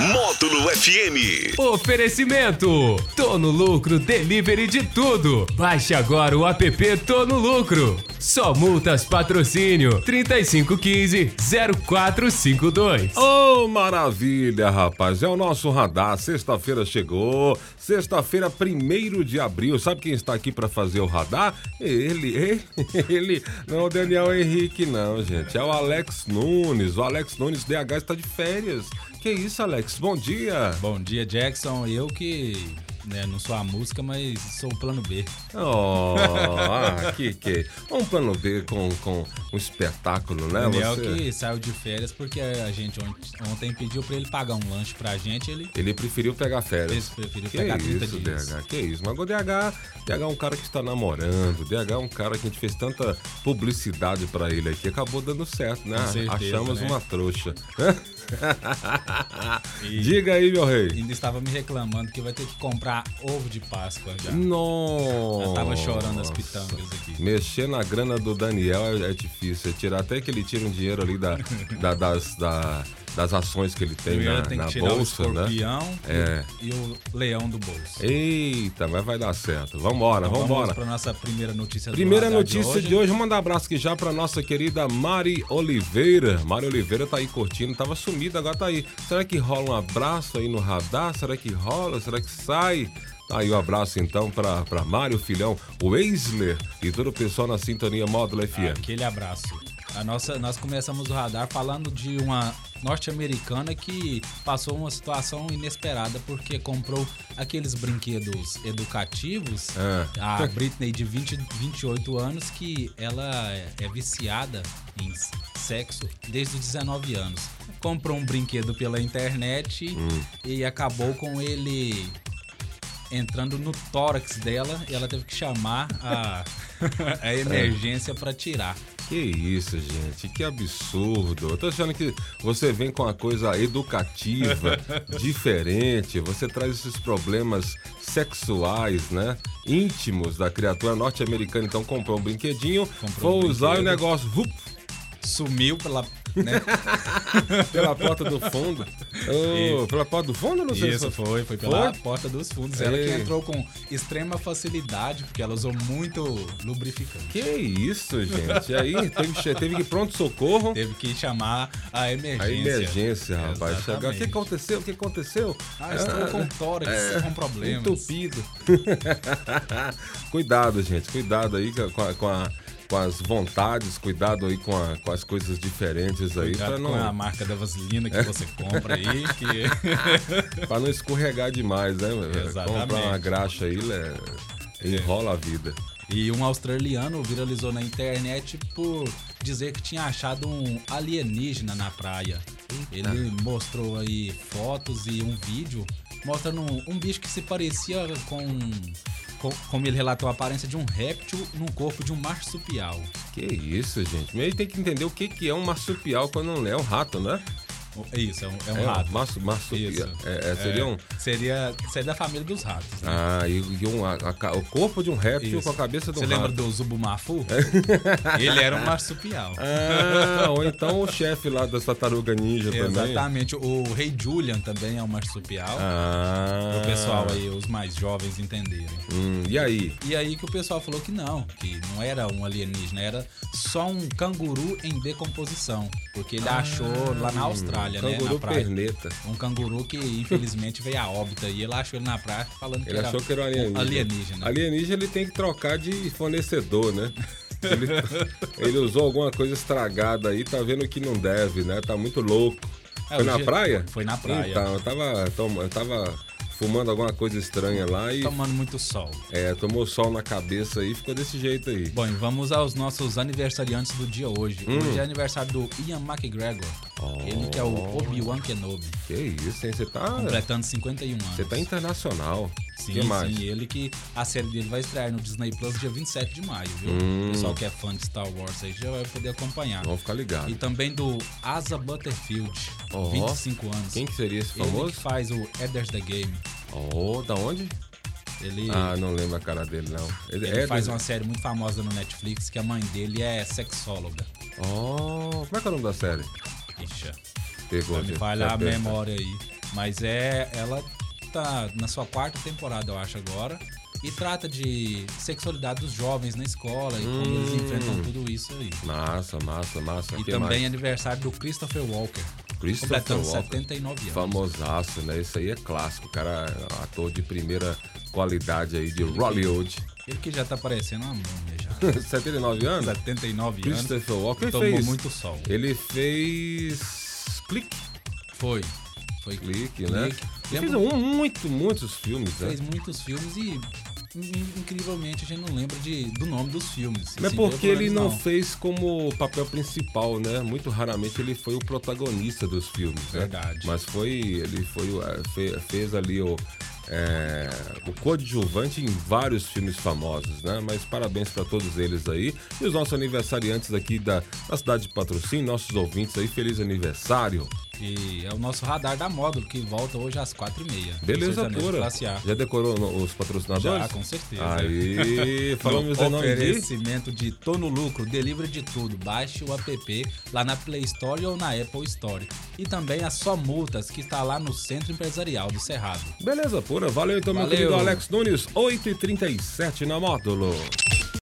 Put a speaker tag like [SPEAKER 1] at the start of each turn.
[SPEAKER 1] Módulo FM.
[SPEAKER 2] Oferecimento: Tô no lucro, delivery de tudo. Baixe agora o app Tô no lucro. Só multas patrocínio 3515 0452.
[SPEAKER 3] Oh, maravilha, rapaz. É o nosso radar. Sexta-feira chegou. Sexta-feira, 1 de abril. Sabe quem está aqui para fazer o radar? Ele, ele, ele. Não, é o Daniel Henrique, não, gente. É o Alex Nunes. O Alex Nunes DH está de férias. Que isso, Alex? Bom dia.
[SPEAKER 4] Bom dia, Jackson. Eu que né, não sou a música, mas sou o plano B.
[SPEAKER 3] Oh, ah, que que. Vamos plano B com, com um espetáculo, né?
[SPEAKER 4] Daniel
[SPEAKER 3] você?
[SPEAKER 4] é que saiu de férias porque a gente ont- ontem pediu pra ele pagar um lanche pra gente, ele
[SPEAKER 3] Ele preferiu pegar férias.
[SPEAKER 4] Ele preferiu
[SPEAKER 3] que
[SPEAKER 4] pegar 30
[SPEAKER 3] isso,
[SPEAKER 4] dias.
[SPEAKER 3] DH, que isso. Mas o DH, DH é um cara que está namorando, DH é um cara que a gente fez tanta publicidade pra ele aqui, acabou dando certo, né?
[SPEAKER 4] Com certeza,
[SPEAKER 3] Achamos
[SPEAKER 4] né?
[SPEAKER 3] uma trouxa. Diga aí, meu rei.
[SPEAKER 4] ainda estava me reclamando que vai ter que comprar ovo de Páscoa já.
[SPEAKER 3] Nossa.
[SPEAKER 4] Eu tava chorando as pitangas aqui.
[SPEAKER 3] Mexer na grana do Daniel é, é difícil. É tirar até que ele tira um dinheiro ali da, da- das, da- das ações que ele tem na,
[SPEAKER 4] Primeiro tem que
[SPEAKER 3] na
[SPEAKER 4] tirar
[SPEAKER 3] bolsa,
[SPEAKER 4] o
[SPEAKER 3] né?
[SPEAKER 4] escorpião
[SPEAKER 3] É.
[SPEAKER 4] e o leão do bolso.
[SPEAKER 3] Eita, mas vai dar certo. Vambora,
[SPEAKER 4] Então
[SPEAKER 3] vambora.
[SPEAKER 4] vamos pra nossa primeira notícia do
[SPEAKER 3] Primeira
[SPEAKER 4] radar
[SPEAKER 3] notícia de hoje, manda um abraço aqui já pra nossa querida Mari Oliveira. Mari Oliveira tá aí curtindo, tava sumida, agora tá aí. Será que rola um abraço aí no radar? Será que rola? Será que sai? Tá aí o abraço então pra, pra Mari, o filhão, o Weisler e todo o pessoal na sintonia Módulo FM.
[SPEAKER 4] Aquele abraço. A nossa, nós começamos o radar falando de uma norte-americana que passou uma situação inesperada porque comprou aqueles brinquedos educativos.
[SPEAKER 3] É.
[SPEAKER 4] A Britney, de 20, 28 anos, que ela é- é viciada em s- sexo desde os 19 anos. Comprou um brinquedo pela internet e acabou com ele entrando no tórax dela e ela teve que chamar a, a emergência pra tirar.
[SPEAKER 3] Que isso, gente, que absurdo. Eu tô achando que você vem com uma coisa educativa, diferente, você traz esses problemas sexuais, né? Íntimos da criatura norte-americana. Então comprou um brinquedinho,
[SPEAKER 4] Comprou
[SPEAKER 3] vou
[SPEAKER 4] um
[SPEAKER 3] usar e o
[SPEAKER 4] brinquedo.
[SPEAKER 3] negócio vup,
[SPEAKER 4] Sumiu pela. Né?
[SPEAKER 3] pela porta do fundo. Ô, pela porta do fundo, não sei se
[SPEAKER 4] Isso foi, foi pela porta dos fundos. Ela que
[SPEAKER 3] Ei.
[SPEAKER 4] entrou com extrema facilidade, porque ela usou muito lubrificante.
[SPEAKER 3] Que isso, gente. E aí teve, que- teve que ir pronto-socorro.
[SPEAKER 4] Teve que chamar a emergência.
[SPEAKER 3] A emergência, rapaz.
[SPEAKER 4] Exatamente.
[SPEAKER 3] Chegou. O que aconteceu? O que aconteceu?
[SPEAKER 4] Ah, estou com tórax, estou com problemas.
[SPEAKER 3] é. Entupido. cuidado, gente. Cuidado aí com, a- com a- com a- com as vontades, cuidado aí com, a- com as coisas diferentes aí
[SPEAKER 4] Cuidado
[SPEAKER 3] pra
[SPEAKER 4] com a
[SPEAKER 3] não,
[SPEAKER 4] marca da vaselina que você compra aí, que
[SPEAKER 3] pra não escorregar demais, né? velho?
[SPEAKER 4] Exatamente.
[SPEAKER 3] Comprar uma graxa aí, né, enrola a vida.
[SPEAKER 4] E um australiano viralizou na internet por dizer que tinha achado um alienígena na praia. Ele mostrou aí fotos e um vídeo mostrando um, um bicho que se parecia com, com- como ele relatou, a aparência de um réptil no corpo de um marsupial.
[SPEAKER 3] Que isso, gente. Meio tem que entender o que, que é um marsupial quando não é um rato, né?
[SPEAKER 4] É Isso, é um, é um
[SPEAKER 3] É,
[SPEAKER 4] rato.
[SPEAKER 3] marsu- marsupial.
[SPEAKER 4] Isso.
[SPEAKER 3] É, é, seria
[SPEAKER 4] É,
[SPEAKER 3] um.
[SPEAKER 4] Seria, seria da família dos ratos. né?
[SPEAKER 3] Ah, e, e um, a- a ca- o corpo de um réptil
[SPEAKER 4] Isso.
[SPEAKER 3] com a cabeça de um
[SPEAKER 4] Você lembra
[SPEAKER 3] rato. É.
[SPEAKER 4] do Zubumafu? ele era um marsupial.
[SPEAKER 3] Ah, ou então o chefe lá das tartaruga ninja também.
[SPEAKER 4] Exatamente. O Rei Julian também é um marsupial.
[SPEAKER 3] Ah.
[SPEAKER 4] O pessoal aí, os mais jovens, entenderem.
[SPEAKER 3] Hum, e aí?
[SPEAKER 4] E aí que o pessoal falou que não, que não era um alienígena, era só um canguru em decomposição. Porque ele achou lá na Austrália, né?
[SPEAKER 3] Ah, Canguru
[SPEAKER 4] Na praia.
[SPEAKER 3] perneta.
[SPEAKER 4] Um canguru que infelizmente veio a óbito e ele achou ele na praia falando que
[SPEAKER 3] Ele
[SPEAKER 4] era,
[SPEAKER 3] achou que era um alienígena.
[SPEAKER 4] alienígena.
[SPEAKER 3] Alienígena ele tem que trocar de fornecedor, né? Ele, ele usou alguma coisa estragada aí, tá vendo que não deve, né? Tá muito louco.
[SPEAKER 4] É,
[SPEAKER 3] foi na
[SPEAKER 4] hoje-
[SPEAKER 3] praia?
[SPEAKER 4] foi na praia.
[SPEAKER 3] Então, eu tava, tom- eu tava fumando alguma coisa estranha lá e
[SPEAKER 4] Tomando muito sol.
[SPEAKER 3] é, tomou sol na cabeça aí e ficou desse jeito aí.
[SPEAKER 4] Bom, e vamos aos nossos aniversariantes do dia hoje.
[SPEAKER 3] Hum.
[SPEAKER 4] Hoje é aniversário do Ian McGregor. Ele que é o Obi-Wan Kenobi.
[SPEAKER 3] Que isso, hein? Você tá.
[SPEAKER 4] Completando 51 anos.
[SPEAKER 3] Você tá internacional.
[SPEAKER 4] Sim,
[SPEAKER 3] que mais?
[SPEAKER 4] sim, ele que a série dele vai estrear no Disney Plus dia 27 de maio, viu?
[SPEAKER 3] Hum.
[SPEAKER 4] O pessoal que é fã de Star Wars aí já vai poder acompanhar.
[SPEAKER 3] Vamos ficar ligado.
[SPEAKER 4] E também do Asa Butterfield,
[SPEAKER 3] Ó.
[SPEAKER 4] 25 anos.
[SPEAKER 3] Quem que seria esse
[SPEAKER 4] Ele que
[SPEAKER 3] famoso?
[SPEAKER 4] faz o Edders the Game.
[SPEAKER 3] Oh, da onde?
[SPEAKER 4] Ele,
[SPEAKER 3] Ah, não lembro a cara dele, não. Ele,
[SPEAKER 4] ele
[SPEAKER 3] é
[SPEAKER 4] faz
[SPEAKER 3] do-
[SPEAKER 4] uma série muito famosa no Netflix que a mãe dele é sexóloga.
[SPEAKER 3] Oh, como é que é o nome da série?
[SPEAKER 4] Ixa,
[SPEAKER 3] Pegou,
[SPEAKER 4] Tá me
[SPEAKER 3] gente,
[SPEAKER 4] falha a
[SPEAKER 3] aperta.
[SPEAKER 4] memória aí. Mas é. Ela tá na sua quarta temporada, eu acho, agora. E trata de sexualidade dos jovens na escola e como eles enfrentam tudo isso aí.
[SPEAKER 3] Massa, massa, massa.
[SPEAKER 4] E
[SPEAKER 3] Hum. Que
[SPEAKER 4] também
[SPEAKER 3] mais?
[SPEAKER 4] aniversário do Christopher Walker.
[SPEAKER 3] Christopher
[SPEAKER 4] completando
[SPEAKER 3] Walker.
[SPEAKER 4] 79 anos.
[SPEAKER 3] Famosaço, né? Isso aí é clássico. O cara é ator de primeira qualidade aí de Hollywood.
[SPEAKER 4] Ele que já tá parecendo uma múmia já.
[SPEAKER 3] 79 anos?
[SPEAKER 4] 79 anos.
[SPEAKER 3] Christopher Walker
[SPEAKER 4] Tomou
[SPEAKER 3] fez.
[SPEAKER 4] muito sol.
[SPEAKER 3] Ele fez. Clique,
[SPEAKER 4] Foi. Foi
[SPEAKER 3] clique, né?
[SPEAKER 4] Clique.
[SPEAKER 3] Ele fez
[SPEAKER 4] Lembra-
[SPEAKER 3] um, muito, muitos filmes, né?
[SPEAKER 4] Fez muitos filmes e in- incrivelmente a gente não lembra de, do nome dos filmes.
[SPEAKER 3] Mas
[SPEAKER 4] Assim, eu,
[SPEAKER 3] porque
[SPEAKER 4] pelo
[SPEAKER 3] ele não,
[SPEAKER 4] menos,
[SPEAKER 3] fez como papel principal, né? Muito raramente ele foi o protagonista dos filmes, né?
[SPEAKER 4] Verdade.
[SPEAKER 3] Mas foi, ele foi, o- eh, fe- fez ali o, eh, o coadjuvante em vários filmes famosos, né? Mas parabéns para todos eles aí. E os nossos aniversariantes aqui da, da cidade de Patrocínio, nossos ouvintes aí, feliz aniversário.
[SPEAKER 4] E é o nosso radar da módulo que volta hoje às 4h30.
[SPEAKER 3] Beleza pura.
[SPEAKER 4] Já,
[SPEAKER 3] Já decorou no- os patrocinadores?
[SPEAKER 4] Já, com certeza.
[SPEAKER 3] Aí, falamos em nome de...
[SPEAKER 4] oferecimento de Tô no Lucro, delivery de tudo. Baixe o app lá na Play Store ou na Apple Store. E também a Só Multas, que está lá no Centro Empresarial do Cerrado.
[SPEAKER 3] Beleza pura, valeu então, meu
[SPEAKER 4] Valeu.
[SPEAKER 3] querido Alex Nunes, 8h37 na módulo.